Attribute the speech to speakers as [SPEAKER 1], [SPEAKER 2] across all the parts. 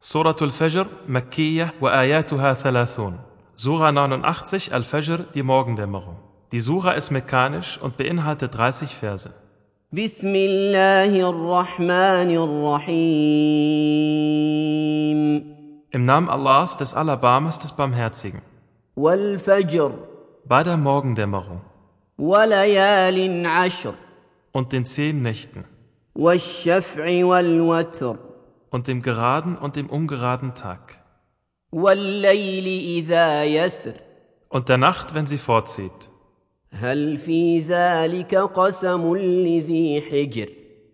[SPEAKER 1] Surah al-Fajr, Makkiyah, wa ayatuha thalathun. Surah 89, Al-Fajr, die Morgendämmerung. Die Surah ist mekanisch und beinhaltet 30 Verse.
[SPEAKER 2] بسم الله الرحمن الرحيم
[SPEAKER 1] Im Namen Allahs, des Alabamas, des Barmherzigen.
[SPEAKER 2] والفجر
[SPEAKER 1] Bei der Morgendämmerung
[SPEAKER 2] وليال عشر
[SPEAKER 1] und den zehn Nächten
[SPEAKER 2] والشفع والوتر
[SPEAKER 1] und dem geraden und dem ungeraden Tag
[SPEAKER 2] والليل إذا يسر
[SPEAKER 1] und der Nacht, wenn sie fortzieht.
[SPEAKER 2] هل في ذلك قسم لذي حجر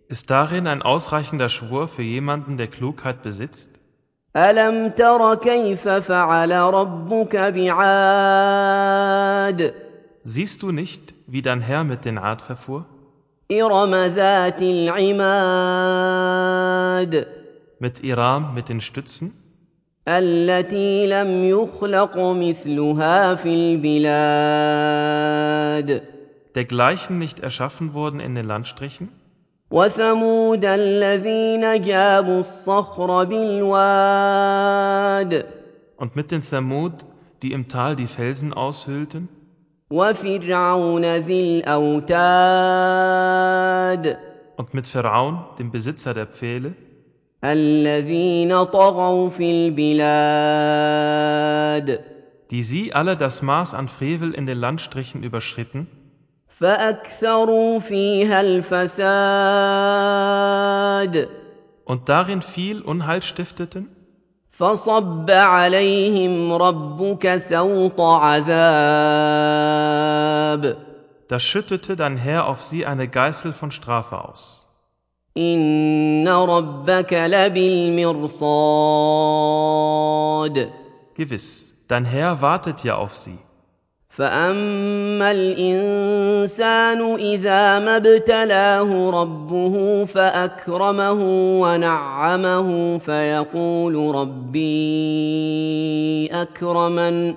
[SPEAKER 1] Ist darin ein ausreichender Schwur für jemanden, der Klugheit besitzt?
[SPEAKER 2] ألم تر كيف فعل ربك بعاد
[SPEAKER 1] Siehst du nicht, wie dein Herr mit den Art verfuhr?
[SPEAKER 2] إرم ذات العماد
[SPEAKER 1] Mit Iram, mit den Stützen?
[SPEAKER 2] التي لم يخلق مثلها في البلاد
[SPEAKER 1] Dergleichen nicht erschaffen wurden in den Landstrichen?
[SPEAKER 2] وثمود الذين جابوا الصخر بالواد
[SPEAKER 1] Und mit den Thamud, die im Tal die Felsen aushöhlten?
[SPEAKER 2] وفرعون ذي الاوتاد
[SPEAKER 1] Und mit Pharaon, dem Besitzer der Pfähle?
[SPEAKER 2] الذين طغوا في البلاد
[SPEAKER 1] Die sie alle das Maß an Frevel in den Landstrichen überschritten?
[SPEAKER 2] فاكثروا فيها الفساد
[SPEAKER 1] und darin viel Unheil stifteten?
[SPEAKER 2] فصب عليهم ربك سوط عذاب
[SPEAKER 1] Da schüttete dein Herr auf sie eine Geißel von Strafe aus.
[SPEAKER 2] ان ربك لبالمرصاد
[SPEAKER 1] Gewiss, dein Herr wartet ja auf sie.
[SPEAKER 2] فاما الانسان اذا ما ابتلاه ربه فاكرمه ونعمه فيقول ربي اكرمن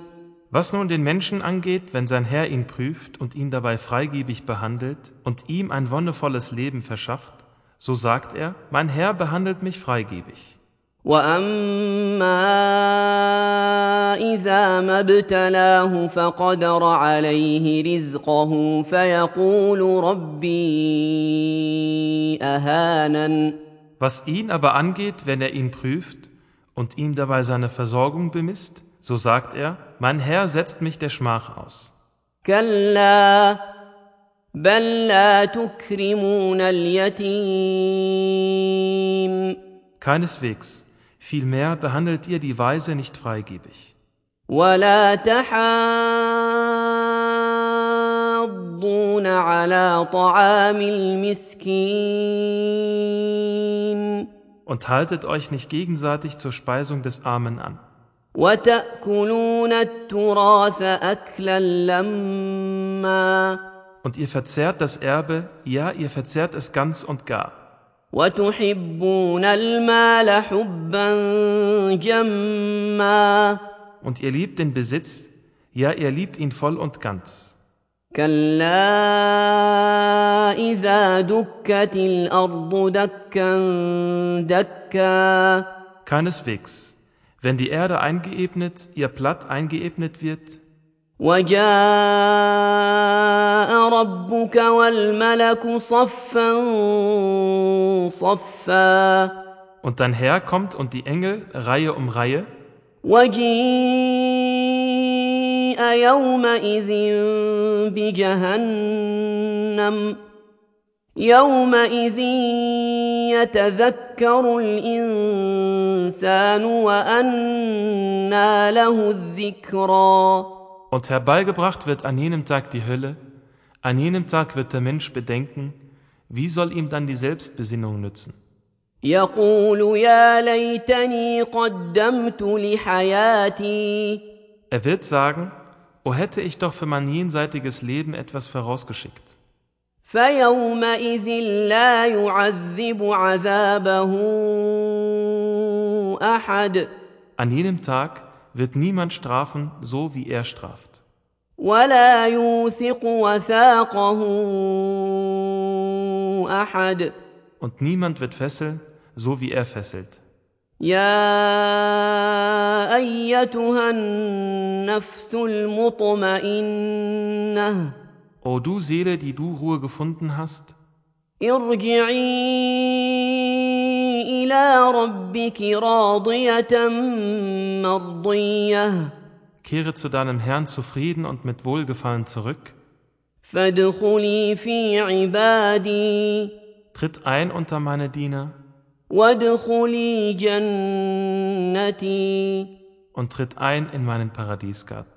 [SPEAKER 1] Was nun den Menschen angeht, wenn sein Herr ihn prüft und ihn dabei freigebig behandelt und ihm ein wonnevolles Leben verschafft, so sagt er, mein Herr behandelt mich freigebig.
[SPEAKER 2] واما اذا ما ابتلاه فقدر عليه رزقه فيقول ربي اهانن
[SPEAKER 1] Was ihn aber angeht, wenn er ihn prüft und ihm dabei seine Versorgung bemisst, so sagt er, mein Herr setzt mich der Schmach aus.
[SPEAKER 2] كلا بل لا تكرمون اليتيم
[SPEAKER 1] Keineswegs. Vielmehr behandelt ihr die Weise nicht freigebig.
[SPEAKER 2] ولا تحاضون على طعام المسكين
[SPEAKER 1] Und haltet euch nicht gegenseitig zur Speisung des Armen an.
[SPEAKER 2] وتأكلون التراث أكلا لما
[SPEAKER 1] Und ihr verzehrt das Erbe, ja, ihr verzehrt es ganz und gar.
[SPEAKER 2] وتحبون المال حبا جما
[SPEAKER 1] Und ihr liebt den Besitz, ja, ihr liebt ihn voll und ganz.
[SPEAKER 2] كلا إذا دكت الأرض دكا دكا
[SPEAKER 1] Keineswegs. Wenn die Erde eingeebnet, ihr Platt eingeebnet wird,
[SPEAKER 2] وجاء ربك والملك صفا صفا
[SPEAKER 1] und dein Herr kommt und die Engel Reihe um Reihe,
[SPEAKER 2] وجيء يومئذ بجهنم يومئذ يتذكر الانسان وانى له الذكرى
[SPEAKER 1] und herbeigebracht wird an jenem Tag die Hölle, an jenem Tag wird der Mensch bedenken, wie soll ihm dann die Selbstbesinnung nützen?
[SPEAKER 2] يقول يا ليتني قدمت لحياتي
[SPEAKER 1] Er wird sagen, O hätte ich doch für mein jenseitiges Leben etwas vorausgeschickt.
[SPEAKER 2] فيومئذ لا يعذب عذابه احد
[SPEAKER 1] An jenem Tag wird niemand strafen, so wie er straft.
[SPEAKER 2] ولا يوثق وثاقه احد
[SPEAKER 1] Und niemand wird fesseln, so wie er fesselt.
[SPEAKER 2] يا ايتها النفس المطمئنه
[SPEAKER 1] O du Seele, die du Ruhe gefunden hast,
[SPEAKER 2] ارجعي الى ربك راضيه مرضيه
[SPEAKER 1] kehre zu deinem Herrn zufrieden und mit Wohlgefallen zurück,
[SPEAKER 2] فادخلي في عبادي
[SPEAKER 1] tritt ein unter meine Diener
[SPEAKER 2] وادخلي جنتي
[SPEAKER 1] und tritt ein in meinen Paradiesgarten.